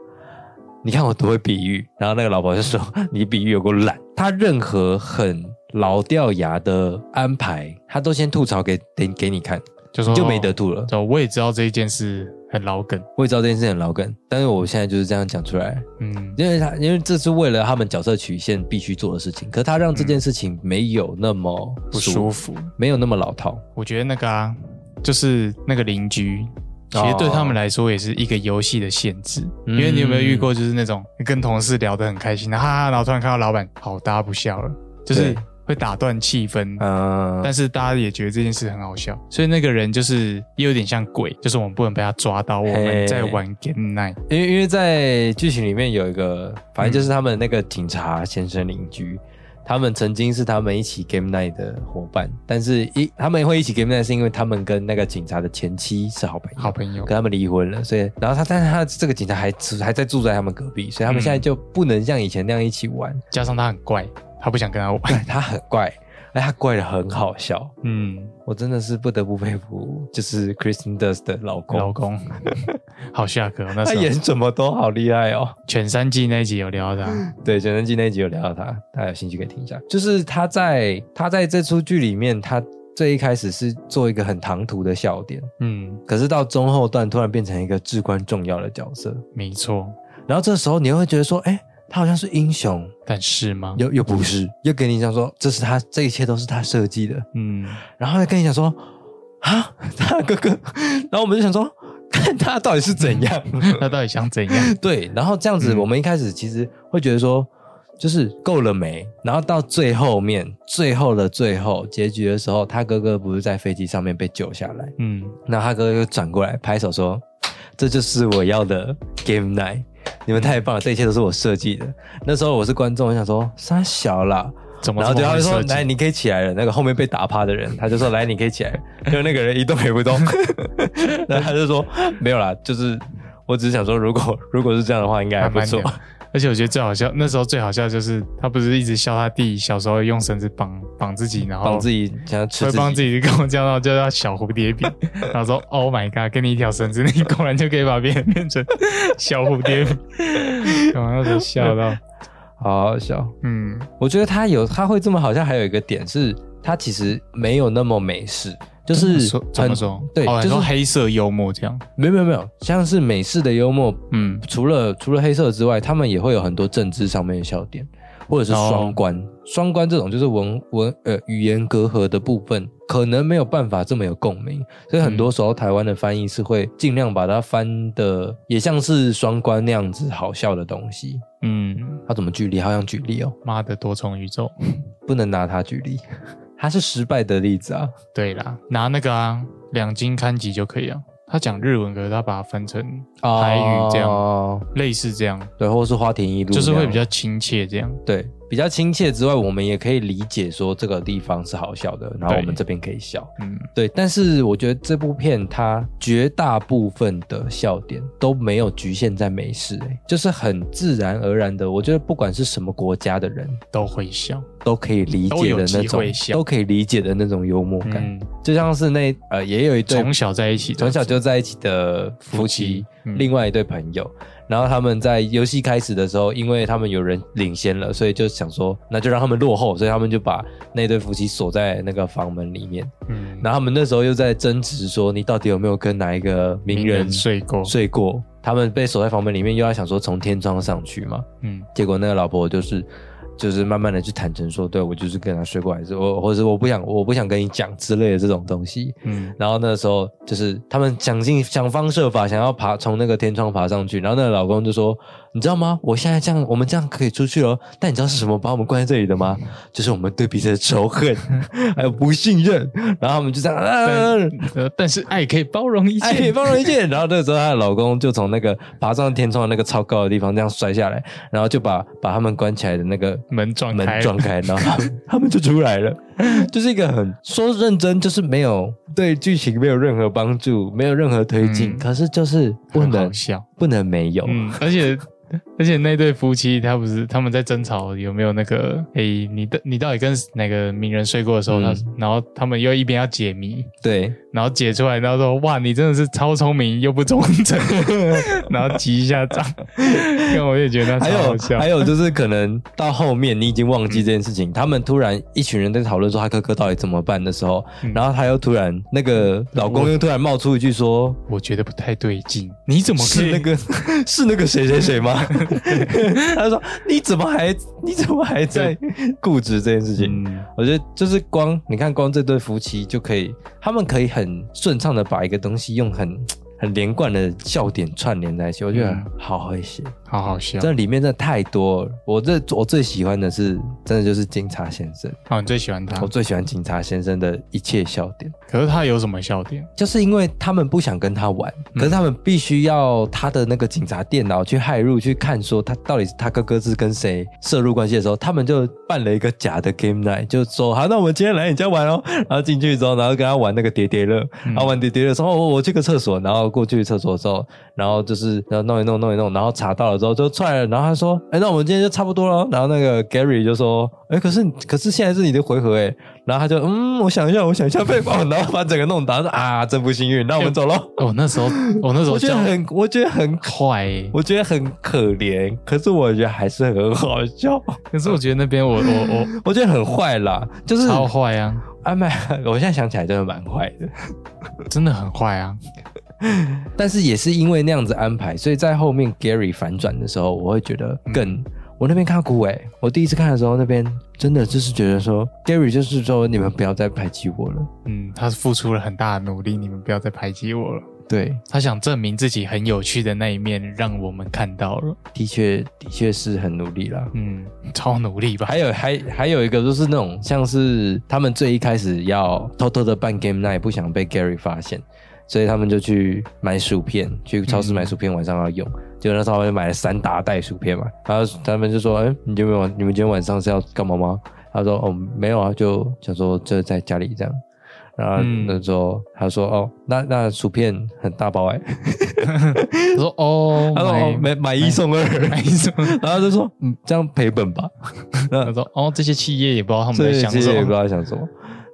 Speaker 2: 你看我多会比喻。”然后那个老婆就说：“ <laughs> 你比喻有够烂。”他任何很老掉牙的安排，他都先吐槽给给给你看，
Speaker 1: 就说
Speaker 2: 就没得吐了。
Speaker 1: 哦我也知道这一件事很老梗，
Speaker 2: 我也知道这件事很老梗，但是我现在就是这样讲出来，
Speaker 1: 嗯
Speaker 2: 因为他因为这是为了他们角色曲线必须做的事情。可是他让这件事情没有那么
Speaker 1: 嗯不舒服。
Speaker 2: 没有那么老套。
Speaker 1: 我觉得那个啊，就是那个邻居，其
Speaker 2: 哦
Speaker 1: 实对他们来说也是一个游戏的限制。
Speaker 2: 嗯
Speaker 1: 因为你有没有遇过，就是那种跟同事聊得很开心，哈哈哈，然后突然看到老板，好，大家不笑了，就是
Speaker 2: 对
Speaker 1: 会打断气氛。
Speaker 2: 嗯、
Speaker 1: 但是大家也觉得这件事很好笑，所以那个人就是也有点像鬼，就是我们不能被他抓到，我
Speaker 2: 嘿
Speaker 1: 们在玩 game night。
Speaker 2: 因为因为在剧情里面有一个，反正就是他们那个警察先生邻居，他们曾经是他们一起 game night 的伙伴，但是一他们会一起 game night 是因为他们跟那个警察的前妻是好朋友，
Speaker 1: 好朋友
Speaker 2: 跟他们离婚了，所以然后他但是他这个警察还住还在住在他们隔壁，所以他们现在就不能像以前那样一起 <laughs> 玩，
Speaker 1: 加上他很怪，他不想跟他玩。
Speaker 2: <laughs> 对他很怪，哎他怪的很好笑，
Speaker 1: 嗯，
Speaker 2: 我真的是不得不佩服，就是 Kristen Dust 的老
Speaker 1: <laughs>
Speaker 2: 公，
Speaker 1: 老公， <laughs> 好下
Speaker 2: <laughs>
Speaker 1: 课哦。那
Speaker 2: 哦他
Speaker 1: 时
Speaker 2: 演
Speaker 1: 候
Speaker 2: 什么都好厉害哦。
Speaker 1: 全三季那一集有聊到他，
Speaker 2: 对，卷生记那一集有聊到他，大家有兴趣可以听一下。就是他在他在这出剧里面，他最一开始是做一个很唐突的笑点，
Speaker 1: 嗯，
Speaker 2: 可是到中后段突然变成一个至关重要的角色，
Speaker 1: 没错，
Speaker 2: 然后这时候你又会觉得说，哎，他好像是英雄，
Speaker 1: 但是吗？
Speaker 2: 又又不是，又跟你讲说这是他这一切都是他设计的，
Speaker 1: 嗯，
Speaker 2: 然后再跟你讲说啊，他哥 <laughs> 哥，然后我们就想说，看他到底是怎样。
Speaker 1: 那到底想怎
Speaker 2: <laughs>
Speaker 1: 样？
Speaker 2: 对，然后这样子，
Speaker 1: 嗯
Speaker 2: 我们一开始其实会觉得说，就是够了没？然后到最后面，最后的最后结局的时候，他哥哥不是在飞机上面被救下来，
Speaker 1: 嗯，
Speaker 2: 那他哥哥就转过来拍手说：“这就是我要的 game night，你们太棒了，这一切都是我设计的。”那时候我是观众，我想说傻小啦。
Speaker 1: 怎么
Speaker 2: 然后
Speaker 1: 这
Speaker 2: 就
Speaker 1: 么
Speaker 2: 他
Speaker 1: 会
Speaker 2: 就说
Speaker 1: 设：“计
Speaker 2: 来，你可以起来了。”那个后面被打趴的人，他就说：“来，你可以起
Speaker 1: <laughs>
Speaker 2: 来了。”就那个人一动也不动。然后他就说：“没有啦，就是我只是想说，如果如果是这样的话，应该还
Speaker 1: 还
Speaker 2: 不
Speaker 1: 蛮
Speaker 2: 错。
Speaker 1: 屌而且我觉得最好笑，那时候最好笑的就是他不是一直笑他弟小时候用绳子绑绑自己，然后
Speaker 2: 帮自己想要吃
Speaker 1: 会
Speaker 2: 自
Speaker 1: 帮
Speaker 2: 己。
Speaker 1: 自己跟我叫到就叫小蝴蝶饼，然后
Speaker 2: <laughs>
Speaker 1: 说 Oh my god，给你一条绳子， <laughs> 你果然就可以把别人变成小蝴
Speaker 2: <laughs>
Speaker 1: 蝶饼，然后那时候笑到，”
Speaker 2: 好好笑。
Speaker 1: 嗯
Speaker 2: 我觉得他有他会这么好像还有一个点是，他其实没有那么美式，就是
Speaker 1: 说
Speaker 2: 很
Speaker 1: 怎么说？
Speaker 2: 对，
Speaker 1: 哦
Speaker 2: 就
Speaker 1: 你说
Speaker 2: 是
Speaker 1: 黑色幽默这样，
Speaker 2: 没有没有没有，像是美式的幽默，
Speaker 1: 嗯
Speaker 2: 除了除了黑色之外，他们也会有很多政治上面的笑点，或者是
Speaker 1: 哦
Speaker 2: 双关。双关这种就是文文呃语言隔阂的部分，可能没有办法这么有共鸣，所以很多时候台湾的翻译是会尽量把它翻的也像是双关那样子好笑的东西。
Speaker 1: 嗯，
Speaker 2: 他怎么举例？好像举例哦，
Speaker 1: 妈的多重宇宙，
Speaker 2: 不能拿它举例，它是失败的例子啊。
Speaker 1: 对啦，拿那个啊两金刊集就可以啊。他讲日文，可是他把它翻成台语这样，
Speaker 2: 哦
Speaker 1: 类似这样，
Speaker 2: 对，或者是花田一路那
Speaker 1: 就
Speaker 2: 样，
Speaker 1: 是会比较亲切这样。
Speaker 2: 对比较亲切之外，我们也可以理解说这个地方是好笑的，然后我们这边可以笑。
Speaker 1: 嗯，
Speaker 2: 对，但是我觉得这部片它绝大部分的笑点都没有局限在美式、欸，就是很自然而然的。我觉得不管是什么国家的人
Speaker 1: 都会笑。
Speaker 2: 都可以理解的
Speaker 1: 都有
Speaker 2: 那
Speaker 1: 机
Speaker 2: 种
Speaker 1: 会，笑
Speaker 2: 都可以理解的那种幽默感，
Speaker 1: 嗯，
Speaker 2: 就像是那呃，也有一对
Speaker 1: 从小在一起的，
Speaker 2: 从小就在一起的夫
Speaker 1: 夫
Speaker 2: 妻
Speaker 1: 妻，嗯
Speaker 2: 另外一对朋友。然后他们在游戏开始的时候，因为他们有人领先了，所以就想说，那就让他们落后，所以他们就把那对夫妻锁在那个房门里面。
Speaker 1: 嗯，
Speaker 2: 然后他们那时候又在争执说，你到底有没有跟哪一个名
Speaker 1: 名
Speaker 2: 人
Speaker 1: 人睡过，
Speaker 2: 睡过？他们被锁在房门里面，又要想说从天窗上去嘛。
Speaker 1: 嗯，
Speaker 2: 结果那个老婆就是就是慢慢的去坦诚说，对我就是跟他睡过，还是我或者是我不想我不想跟你讲之类的这种东西。
Speaker 1: 嗯，
Speaker 2: 然后那时候就是他们想尽想方设法想要爬从那个天窗爬上去，然后那个老公就说：“你知道吗？我现在这样，我们这样可以出去了。但你知道是什么把我们关在这里的吗？就是我们对彼此的仇恨，还有不信任。”然后他们就这样，啊、
Speaker 1: 但呃但是爱可以包容一
Speaker 2: <laughs> 哎，可以
Speaker 1: 切，
Speaker 2: 包容一切。然后那时候她的老公就从那个爬上天窗的那个超高的地方这样摔下来，然后就把把他们关起来的那个
Speaker 1: 门撞
Speaker 2: 门
Speaker 1: 开，
Speaker 2: 撞开，然后他们 <laughs> 他们就出来了，就是一个很说认真，就是没有对剧情没有任何帮助，没有任何推进，
Speaker 1: 嗯
Speaker 2: 可是就是不
Speaker 1: 很
Speaker 2: 能
Speaker 1: 好笑。
Speaker 2: 不能没有，
Speaker 1: 嗯， <laughs> 而且而且那对夫妻，他不是他们在争吵有没有那个？诶、你的你到底跟哪个名人睡过的时候，
Speaker 2: 嗯
Speaker 1: 他然后他们又一边要解谜，
Speaker 2: 对，
Speaker 1: 然后解出来，然后说哇，你真的是超聪明又不忠
Speaker 2: <laughs>
Speaker 1: 诚， <laughs> 然后击一下掌，跟我也觉得
Speaker 2: 还
Speaker 1: 超好
Speaker 2: 有
Speaker 1: 笑嗯
Speaker 2: 还。有就是可能到后面你已经忘记这件事情，他们突然一群人在讨论说他哥哥到底怎么办的时候，
Speaker 1: 嗯
Speaker 2: 然后他又突然那个老公又突然冒出一句说。
Speaker 1: 我觉得不太对劲，你怎么可
Speaker 2: 是
Speaker 1: 以
Speaker 2: 那
Speaker 1: <laughs>
Speaker 2: 个是那个谁谁谁吗？他说：“你怎么还你怎么还在固执这件事情？”
Speaker 1: 嗯
Speaker 2: 我觉得就是光你看光这对夫妻就可以，他们可以很顺畅的把一个东西用很很连贯的笑点串联在一起，我觉得
Speaker 1: 嗯
Speaker 2: 好会写。
Speaker 1: 好好笑？
Speaker 2: 这里面真的太多了，我这我最喜欢的是真的就是警察先生，
Speaker 1: 好，你最喜欢他
Speaker 2: 我？最喜欢警察先生的一切笑点，
Speaker 1: 可是他有什么笑点？
Speaker 2: 就是因为他们不想跟他玩，可是他们必须要他的那个警察电脑去骇入去看，说他到底是他哥哥是跟谁涉入关系的时候，他们就办了一个假的 game night，就说好，那我们今天来你家玩哦，然后进去之后，然后跟他玩那个叠叠乐，
Speaker 1: 嗯
Speaker 2: 然后玩叠叠乐说，哦，我我去个厕所，然后过去厕所之后，然后就是然后弄一弄弄一弄，然后查到了之后就踹了，然后他说，哎，那我们今天就差不多了，然后那个 Gary 就说，哎，可是你可是现在是你的回合哎，然后他就嗯，我想一下，我想一下被爆，然后把整个弄倒，他说 <laughs> 啊，真不幸运，那我们走喽。
Speaker 1: 我哦那
Speaker 2: <laughs>
Speaker 1: 时候我那时候
Speaker 2: 我觉得
Speaker 1: 叫
Speaker 2: 很，我觉得很，
Speaker 1: 坏、欸，
Speaker 2: 我觉得很可怜，可是我觉得还是很好笑， <laughs>
Speaker 1: 可是我觉得那边我我
Speaker 2: 我觉得很坏啦，就
Speaker 1: 我
Speaker 2: 是
Speaker 1: 超坏啊，
Speaker 2: 安麦，我现在想起来真的蛮坏的，
Speaker 1: 真的很坏啊。
Speaker 2: 但是也是因为那样子安排，所以在后面 Gary 反转的时候，我会觉得更。
Speaker 1: 嗯
Speaker 2: 我那边看哭哎、我第一次看的时候，那边真的就是觉得说，Gary 就是说你们不要再排挤我了，
Speaker 1: 嗯，他付出了很大的努力，你们不要再排挤我了。
Speaker 2: 对，
Speaker 1: 他想证明自己很有趣的那一面，让我们看到了。
Speaker 2: 的确的确是很努力啦，
Speaker 1: 嗯，超努力吧
Speaker 2: 还？有还还有一个就是那种像是他们最一开始要偷偷的办 game night，不想被 Gary 发现，所以他们就去买薯片，去超市买薯片，晚上要用。结果那时候他们买了三大袋薯片嘛，然后他们就说：“哎、你今天晚你们今天晚上是要干嘛吗？”他说：“哦，没有啊，就想说就在家里这样。”然后
Speaker 1: 嗯
Speaker 2: 那时候他说：“哦，那那薯片很大包哎、
Speaker 1: 他说哦，
Speaker 2: 他说：“
Speaker 1: 买
Speaker 2: 哦，买买一送二。”
Speaker 1: 买什么？
Speaker 2: <laughs> 然后就说：“嗯，这样赔本吧。”
Speaker 1: 他说哦，这些企业也不知道他们
Speaker 2: 所
Speaker 1: 在
Speaker 2: 以
Speaker 1: 想
Speaker 2: 其实
Speaker 1: 什
Speaker 2: 也不知
Speaker 1: 么。
Speaker 2: 道在想什么。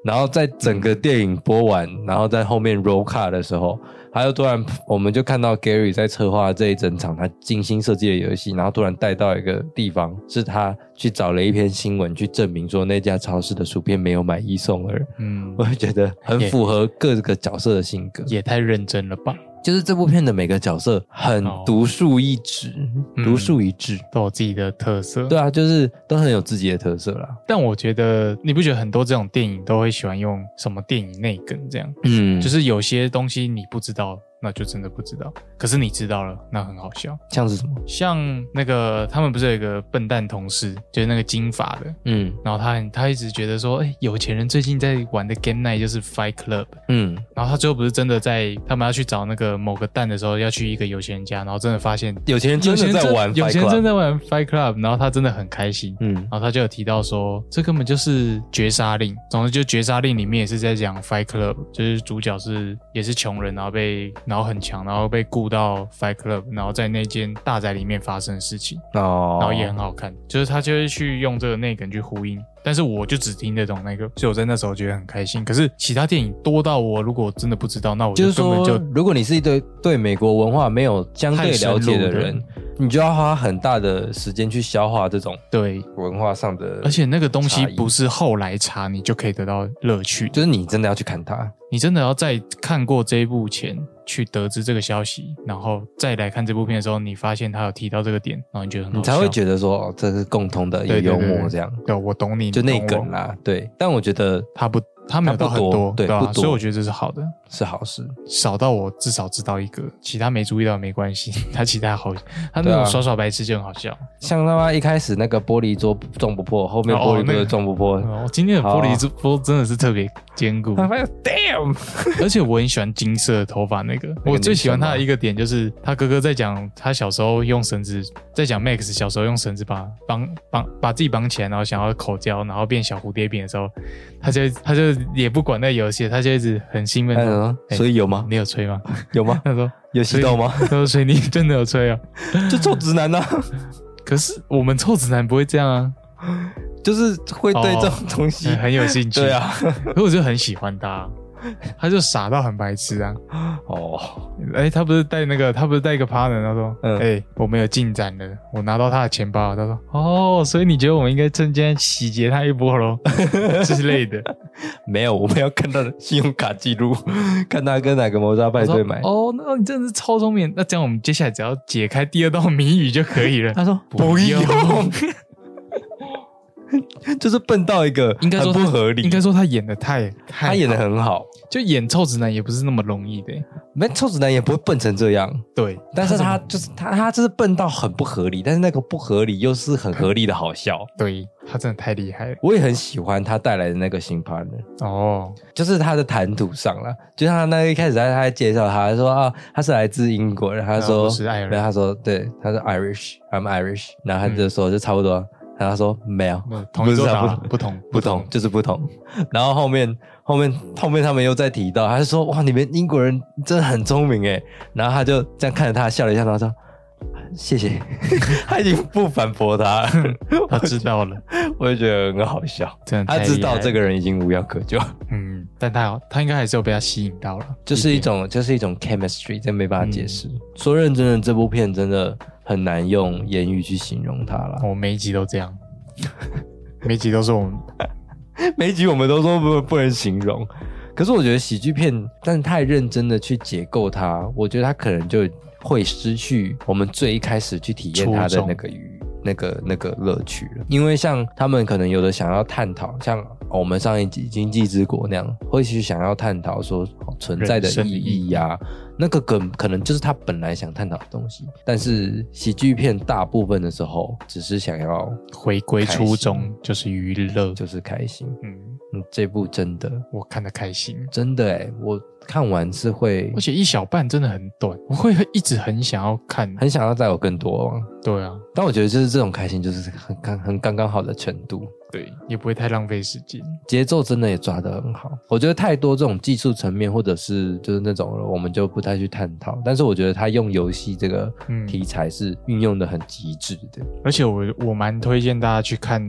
Speaker 2: 然后在整个电影播完，然后在后面 roll car 的时候，他又突然，我们就看到 Gary 在策划这一整场他精心设计的游戏，然后突然带到一个地方，是他去找了一篇新闻去证明说那家超市的薯片没有买一送二。
Speaker 1: 嗯
Speaker 2: 我，就觉得很
Speaker 1: 也
Speaker 2: 符合各个角色的性格，
Speaker 1: 也太认真了吧？
Speaker 2: 就是这部片的每个角色很
Speaker 1: 哦
Speaker 2: 独树一帜，
Speaker 1: 嗯
Speaker 2: 独树一帜。
Speaker 1: 都有自己的特色。
Speaker 2: 对啊，就是都很有自己的特色啦。
Speaker 1: 但我觉得你不觉得很多这种电影都会喜欢用什么电影内梗这样？
Speaker 2: 嗯
Speaker 1: 就是有些东西你不知道，那就真的不知道。可是你知道了，那很好笑。
Speaker 2: 像是什么？
Speaker 1: 像那个他们不是有一个笨蛋同事，就是那个金发的，
Speaker 2: 嗯
Speaker 1: 然后他很他一直觉得说，哎、有钱人最近在玩的 game night 就是 Fight Club，
Speaker 2: 嗯，
Speaker 1: 然后他最后不是真的在他们要去找那个某个蛋的时候，要去一个有钱人家，然后真的发现
Speaker 2: 有钱人真
Speaker 1: 有钱
Speaker 2: 的
Speaker 1: 人
Speaker 2: 在
Speaker 1: 真
Speaker 2: 玩 Fight Club，
Speaker 1: 有钱人真的在玩 Fight Club，然后他真的很开心。
Speaker 2: 嗯
Speaker 1: 然后他就有提到说，这根本就是绝杀令。总之，就绝杀令里面也是在讲 Fight Club，就是主角是也是穷人，然后被然后很强，然后被雇到 Fight Club，然后在那间大宅里面发生的事情，
Speaker 2: 哦，
Speaker 1: 然后也很好看。就是他就会去用这个内梗去呼应，但是我就只听得懂那个，所以我在那时候觉得很开心。可是其他电影多到我如果真的不知道，那我
Speaker 2: 就是
Speaker 1: 根
Speaker 2: 说
Speaker 1: 本就，
Speaker 2: 如果你是一对对美国文化没有相对了解的
Speaker 1: 太深入
Speaker 2: 人，你就要花很大的时间去消化这种
Speaker 1: 对。
Speaker 2: 文化上的，
Speaker 1: 而且那个东西
Speaker 2: 差异
Speaker 1: 不是后来查你就可以得到乐趣，
Speaker 2: 就是你真的要去看它。
Speaker 1: 你真的要在看过这一部前去得知这个消息，然后再来看这部片的时候，你发现他有提到这个点，然后你觉得很好
Speaker 2: 你才会
Speaker 1: 笑
Speaker 2: 觉得说哦，这是共通的，有
Speaker 1: 对对
Speaker 2: 幽默
Speaker 1: 对
Speaker 2: 这样，
Speaker 1: 对，我懂你，
Speaker 2: 就
Speaker 1: 你
Speaker 2: 内
Speaker 1: 懂
Speaker 2: 梗
Speaker 1: 我
Speaker 2: 啦。对，但我觉得
Speaker 1: 他不，他没有到很
Speaker 2: 他不多对
Speaker 1: 对啊吧、
Speaker 2: 不多
Speaker 1: 所以我觉得这是好的，
Speaker 2: 是好事。
Speaker 1: 少到我至少知道一个，其他没注意到没关系， <laughs> 他其他好，他
Speaker 2: 对
Speaker 1: 那
Speaker 2: 啊
Speaker 1: 种耍耍白痴就很好笑。
Speaker 2: 像他妈一开始那个玻璃桌撞不破，后面
Speaker 1: 哦
Speaker 2: 玻璃
Speaker 1: 那
Speaker 2: 桌
Speaker 1: 个
Speaker 2: 撞不破，
Speaker 1: 哦，今天的玻
Speaker 2: 好啊
Speaker 1: 璃这波真的是特别坚
Speaker 2: <laughs>
Speaker 1: 固，
Speaker 2: 他发现 damn，
Speaker 1: 而且我很喜欢金色的头发那个。我最喜欢
Speaker 2: 啊
Speaker 1: 他的一个点就是，他哥哥在讲他小时候用绳子，在讲 Max 小时候用绳子把绑绑把自己绑起来，然后想要口交，然后变小蝴蝶饼的时候，他就他就也不管那游戏，他就一直很兴奋
Speaker 2: 哎
Speaker 1: 说
Speaker 2: 呦所以有吗？
Speaker 1: 你有吹吗？ <laughs>
Speaker 2: 有吗？
Speaker 1: 他说
Speaker 2: 有吸到吗？
Speaker 1: 他说所以你真的有吹啊？
Speaker 2: 就臭直男呐，啊
Speaker 1: 可是我们臭直男不会这样啊，
Speaker 2: 就是会对
Speaker 1: 哦
Speaker 2: 这种东西
Speaker 1: 很，很有兴趣。
Speaker 2: 对，啊，
Speaker 1: 可我就很喜欢他，他就傻到很白痴啊。
Speaker 2: 哦，
Speaker 1: 哎、他不是带那个，他不是带一个 partner，他说，哎、
Speaker 2: 嗯
Speaker 1: 我们有进展了，我拿到他的钱包了，他说，哦，所以你觉得我们应该趁今天洗劫他一波
Speaker 2: <laughs>
Speaker 1: 喽之类的？
Speaker 2: 没有，我们要看他的信用卡记录， <laughs> 看他跟哪个谋杀
Speaker 1: 我
Speaker 2: 派
Speaker 1: 说
Speaker 2: 对买。
Speaker 1: 哦，那你真的是超聪明，那这样我们接下来只要解开第二道谜语就可以了。
Speaker 2: <laughs> 他说
Speaker 1: 不用，
Speaker 2: <laughs> 就是笨到一个，
Speaker 1: 应该
Speaker 2: 很
Speaker 1: 说
Speaker 2: 不
Speaker 1: 他
Speaker 2: 合理
Speaker 1: 应。该说他演的太太
Speaker 2: 他演的
Speaker 1: 好
Speaker 2: 很好，
Speaker 1: 就演臭直男也不是那么容易的、
Speaker 2: 没臭直男也不会笨成这样。
Speaker 1: 对，
Speaker 2: 但是
Speaker 1: 怎么
Speaker 2: 他就是他，他就是笨到很不合理，但是那个不合理又是很合理的好笑。
Speaker 1: 对他真的太厉害了
Speaker 2: 我也很喜欢他带来的那个新 partner，
Speaker 1: 哦，
Speaker 2: 就是他的谈吐上了，就像他那一开始他他在介绍他，他说啊，他是来自英国人，他
Speaker 1: 然后
Speaker 2: 说
Speaker 1: 我是爱尔兰
Speaker 2: 然后他说对，他是 Irish，I'm Irish，然后他就
Speaker 1: 嗯
Speaker 2: 说、就差不多，然后他说没有，
Speaker 1: 那同一座
Speaker 2: 不是啊
Speaker 1: 岛
Speaker 2: 不
Speaker 1: 不同
Speaker 2: 不同，就是不同。然后后面后面后面他们又再提到，他就说哇，你们英国人真的很聪明哎。然后他就这样看着他笑了一下，然后说谢 <laughs> 谢，他已经不反驳他了，
Speaker 1: <laughs> 他知道了，
Speaker 2: 我就觉得很哎好笑。
Speaker 1: 真的
Speaker 2: 他
Speaker 1: 太
Speaker 2: 知
Speaker 1: 厉
Speaker 2: 道
Speaker 1: 害
Speaker 2: 这
Speaker 1: 了
Speaker 2: 个人已经无药可救，
Speaker 1: 嗯，但他好他应该还是有被他吸引到了，
Speaker 2: 就是一种就是一种 chemistry，真没办法解
Speaker 1: 嗯
Speaker 2: 释。说认真的，这部片真的很难用言语去形容它啦。
Speaker 1: 我每一集都这样， <laughs> 每一集都是我们
Speaker 2: 每一集我们都说不不能形容，可是我觉得喜剧片，但太认真的去解构它，我觉得它可能就会失去我们最一开始去体验它
Speaker 1: 初
Speaker 2: 的
Speaker 1: 衷
Speaker 2: 那个愉那个那个乐趣了。因为像他们可能有的想要探讨，像哦我们上一集《经济之国》那样，会去想要探讨说、哦存在的
Speaker 1: 人生
Speaker 2: 意
Speaker 1: 的
Speaker 2: 义呀、那个梗可能就是他本来想探讨的东西，但是喜剧片大部分的时候只是想要
Speaker 1: 回归初
Speaker 2: 开
Speaker 1: 衷，就是娱乐。
Speaker 2: 就是开心。
Speaker 1: 嗯，
Speaker 2: 嗯，这部真的
Speaker 1: 我看的开心，
Speaker 2: 真的哎、我看完是会
Speaker 1: 而且一小半真的很短，我会一直很想要看。
Speaker 2: 很想要再有更多哦，
Speaker 1: 对啊，
Speaker 2: 但我觉得就是这种开心，就是很 <laughs> 刚很刚刚好的程度，
Speaker 1: 对，也不会太浪费时间。
Speaker 2: 节奏真的也抓得很好。我觉得太多这种技术层面或者是就是那种了，我们就不太去探讨。但是我觉得他用游戏这个
Speaker 1: 嗯
Speaker 2: 题材是运用的很极致的，
Speaker 1: 而且我我蛮推荐大家去看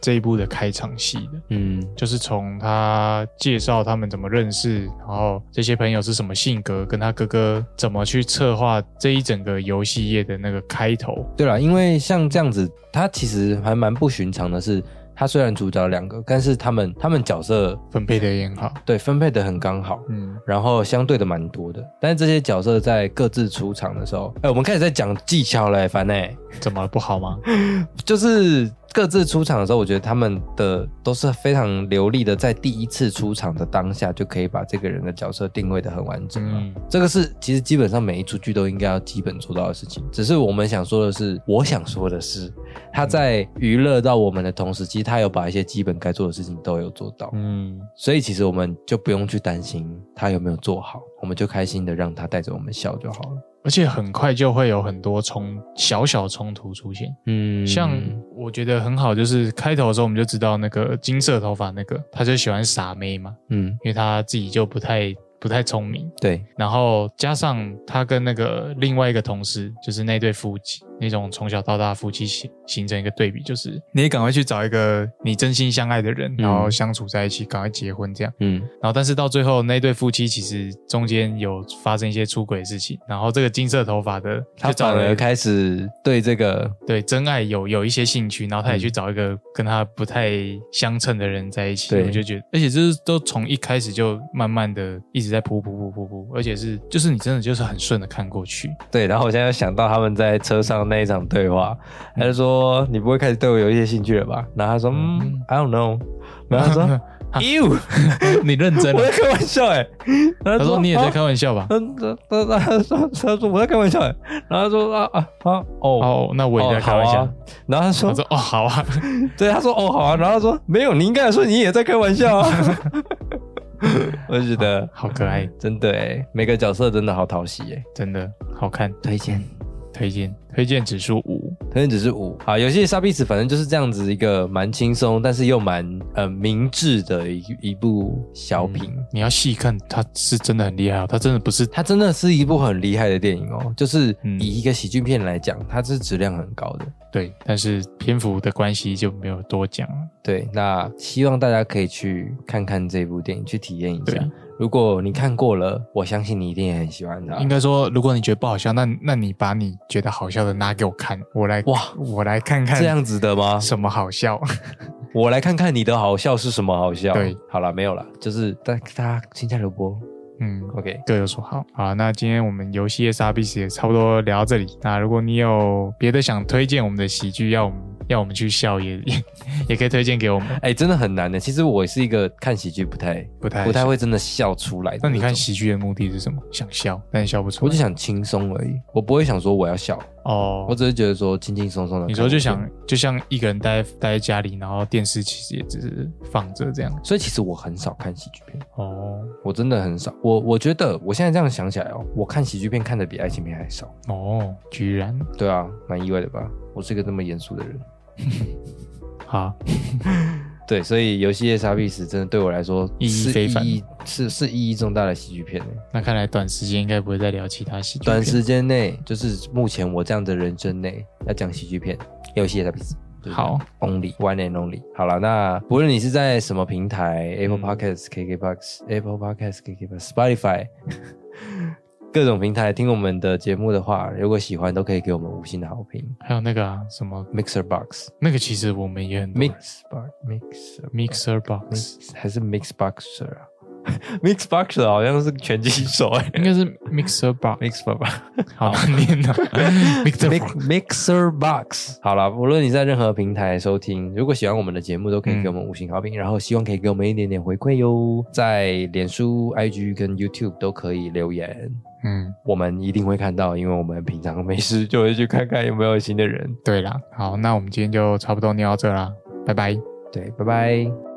Speaker 1: 这一部的开场戏的。
Speaker 2: 嗯，
Speaker 1: 就是从他介绍他们怎么认识，然后这些朋友是什么性格，跟他哥哥怎么去策划这一整个游戏业的那个开头，
Speaker 2: 对了，因为像这样子，他其实还蛮不寻常的是。他虽然主角两个，但是他们他们角色
Speaker 1: 分配的也很好。
Speaker 2: 对分配的很刚好，
Speaker 1: 嗯，
Speaker 2: 然后相对的蛮多的。但是这些角色在各自出场的时候，哎、我们开始在讲技巧了、欸，凡哎、
Speaker 1: 怎么了？不好吗？
Speaker 2: 就是各自出场的时候，我觉得他们的都是非常流利的，在第一次出场的当下就可以把这个人的角色定位的很完整了。
Speaker 1: 嗯
Speaker 2: 这个是其实基本上每一出剧都应该要基本做到的事情。只是我们想说的是，我想说的是，他在娱乐到我们的同时，其实他有把一些基本该做的事情都有做到。
Speaker 1: 嗯，
Speaker 2: 所以其实我们就不用去担心他有没有做好，我们就开心的让他带着我们笑就好了。
Speaker 1: 而且很快就会有很多冲小小冲突出现。
Speaker 2: 嗯
Speaker 1: 像我觉得很好，就是开头的时候我们就知道那个金色头发那个，他就喜欢傻妹嘛，
Speaker 2: 嗯，
Speaker 1: 因为他自己就不太不太聪明，
Speaker 2: 对，
Speaker 1: 然后加上他跟那个另外一个同事，就是那对夫妻，那种从小到大夫妻形形成一个对比，就是你赶快去找一个你真心相爱的人，然后相处在一起，赶快结婚这样。
Speaker 2: 嗯
Speaker 1: 然后但是到最后那对夫妻其实中间有发生一些出轨的事情，然后这个金色头发的
Speaker 2: 他
Speaker 1: 就找
Speaker 2: 反
Speaker 1: 了
Speaker 2: 而
Speaker 1: 一个
Speaker 2: 开始对这个，
Speaker 1: 对真爱有有一些兴趣，然后他
Speaker 2: 嗯
Speaker 1: 也去找一个跟他不太相称的人在一起，
Speaker 2: 对
Speaker 1: 我就觉得，而且这是都从一开始就慢慢的一直在铺铺铺铺铺，而且是就是你真的就是很顺的看过去，
Speaker 2: 对，然后我现在想到他们在车上那一场对话，他就说：“你不会开始对我有一些兴趣了吧？”然后他说：“嗯
Speaker 1: 嗯
Speaker 2: ，I don't know。”然啊后他
Speaker 1: <laughs>
Speaker 2: 说：“You，
Speaker 1: 你认真
Speaker 2: 我
Speaker 1: 了
Speaker 2: 在，开玩笑哎。”然后
Speaker 1: 他说你也在
Speaker 2: 玩
Speaker 1: 开玩笑吧？
Speaker 2: 嗯，他他他他说他说我在开玩笑哎，然后他说啊啊啊哦，
Speaker 1: 哦，那我也在开玩
Speaker 2: 哦好
Speaker 1: 笑
Speaker 2: 啊。然后他说
Speaker 1: 他说：“哦，好啊， <laughs>
Speaker 2: 对，他说哦好啊，然后他说没有，你应该说你也在开玩笑啊。
Speaker 1: <laughs>
Speaker 2: 我就觉得
Speaker 1: 好可爱，
Speaker 2: 真的哎，每个角色真的好讨喜哎，
Speaker 1: 真的好看，
Speaker 2: 推荐。
Speaker 1: 推荐推荐指数五。”
Speaker 2: 推荐只是五啊，游戏沙比斯反正就是这样子一个蛮轻松，但是又蛮呃明智的一一部小品。
Speaker 1: 你要细看，他是真的很厉害哦，他真的不是
Speaker 2: 它真的是一部很厉害的电影哦，就是
Speaker 1: 嗯
Speaker 2: 以一个喜剧片来讲，它是质量很高的。
Speaker 1: 对，但是篇幅的关系就没有多讲了。
Speaker 2: 对，那希望大家可以去看看这部电影，去体验一
Speaker 1: 对
Speaker 2: 下。如果你看过了，我相信你一定也很喜欢啊它。
Speaker 1: 应该说，如果你觉得不好笑，那那你把你觉得好笑的拿给我看，我来
Speaker 2: 哇，
Speaker 1: 我来看看
Speaker 2: 这样子啊的吗？
Speaker 1: 什么好笑。 <laughs>
Speaker 2: 我来看看你的好笑是什么好笑。
Speaker 1: 对，
Speaker 2: 好了，没有了，就是大大家心下留波。
Speaker 1: 嗯，
Speaker 2: OK，
Speaker 1: 各有所好。好，那今天我们游戏 S R B 也差不多聊到这里。那如果你有别的想推荐我们的喜剧，要我们要我们去笑也， <laughs> 也也可以推荐给我们。
Speaker 2: 哎、真的很难的。其实我是一个看喜剧不太
Speaker 1: 不太
Speaker 2: 不太。会真的笑出来的
Speaker 1: 哎那
Speaker 2: 种。
Speaker 1: 你看喜剧的目的是什么？想笑，但笑不出来。
Speaker 2: 我就想轻松而已，我不会想说我要笑，
Speaker 1: 哦，
Speaker 2: 我只是觉得说轻轻松松的。
Speaker 1: 你说就想，就像一个人待待在家里，然后电视其实也只是放着这样。
Speaker 2: 所以其实我很少看喜剧片，
Speaker 1: 哦
Speaker 2: 我真的很少。我我觉得我现在这样想起来哦，我看喜剧片看的比爱情片还少。
Speaker 1: 哦，居然
Speaker 2: 对啊，蛮意外的吧？我是一个这么严肃的人。
Speaker 1: 好，
Speaker 2: 对，所以游戏《夜莎必死》真的对我来说
Speaker 1: 意义
Speaker 2: 是
Speaker 1: 非凡
Speaker 2: 意义是是意义重大的喜剧片欸。
Speaker 1: 那看来短时间应该不会再聊其他喜剧片。
Speaker 2: 短时间内，就是目前我这样的人生内要讲喜剧片，游戏也在比斯。就是这样，Only One and Only。好了，那不论你是在什么平台，Apple
Speaker 1: 嗯
Speaker 2: Podcasts、KKBox、Apple Podcasts、KKBox、Spotify <laughs> 各种平台听我们的节目的话，如果喜欢都可以给我们五星的好评。
Speaker 1: 还有那个啊，什么
Speaker 2: Mixer Box、
Speaker 1: 那个，其实我们也很多
Speaker 2: Mix Box、
Speaker 1: mixer
Speaker 2: Mixer
Speaker 1: box，
Speaker 2: Mix 还是 Mix Boxer 啊 <laughs> ？Mix Boxer 好像是拳击手哎、
Speaker 1: 应该是 mixer box，
Speaker 2: Mix Box。
Speaker 1: <laughs> 好难念
Speaker 2: <laughs>
Speaker 1: 的 mixer box。
Speaker 2: Mix, er Box。好啦，无论你在任何平台收听，如果喜欢我们的节目，都可以给我们五星好评，然后希望可以给我们一点点回馈哟。在脸书、IG 跟 YouTube 都可以留言，
Speaker 1: 嗯，
Speaker 2: 我们一定会看到，因为我们平常没事就会去看看有没有新的人。
Speaker 1: 对啦，好，那我们今天就差不多聊到这啦，拜拜。
Speaker 2: 对，拜拜。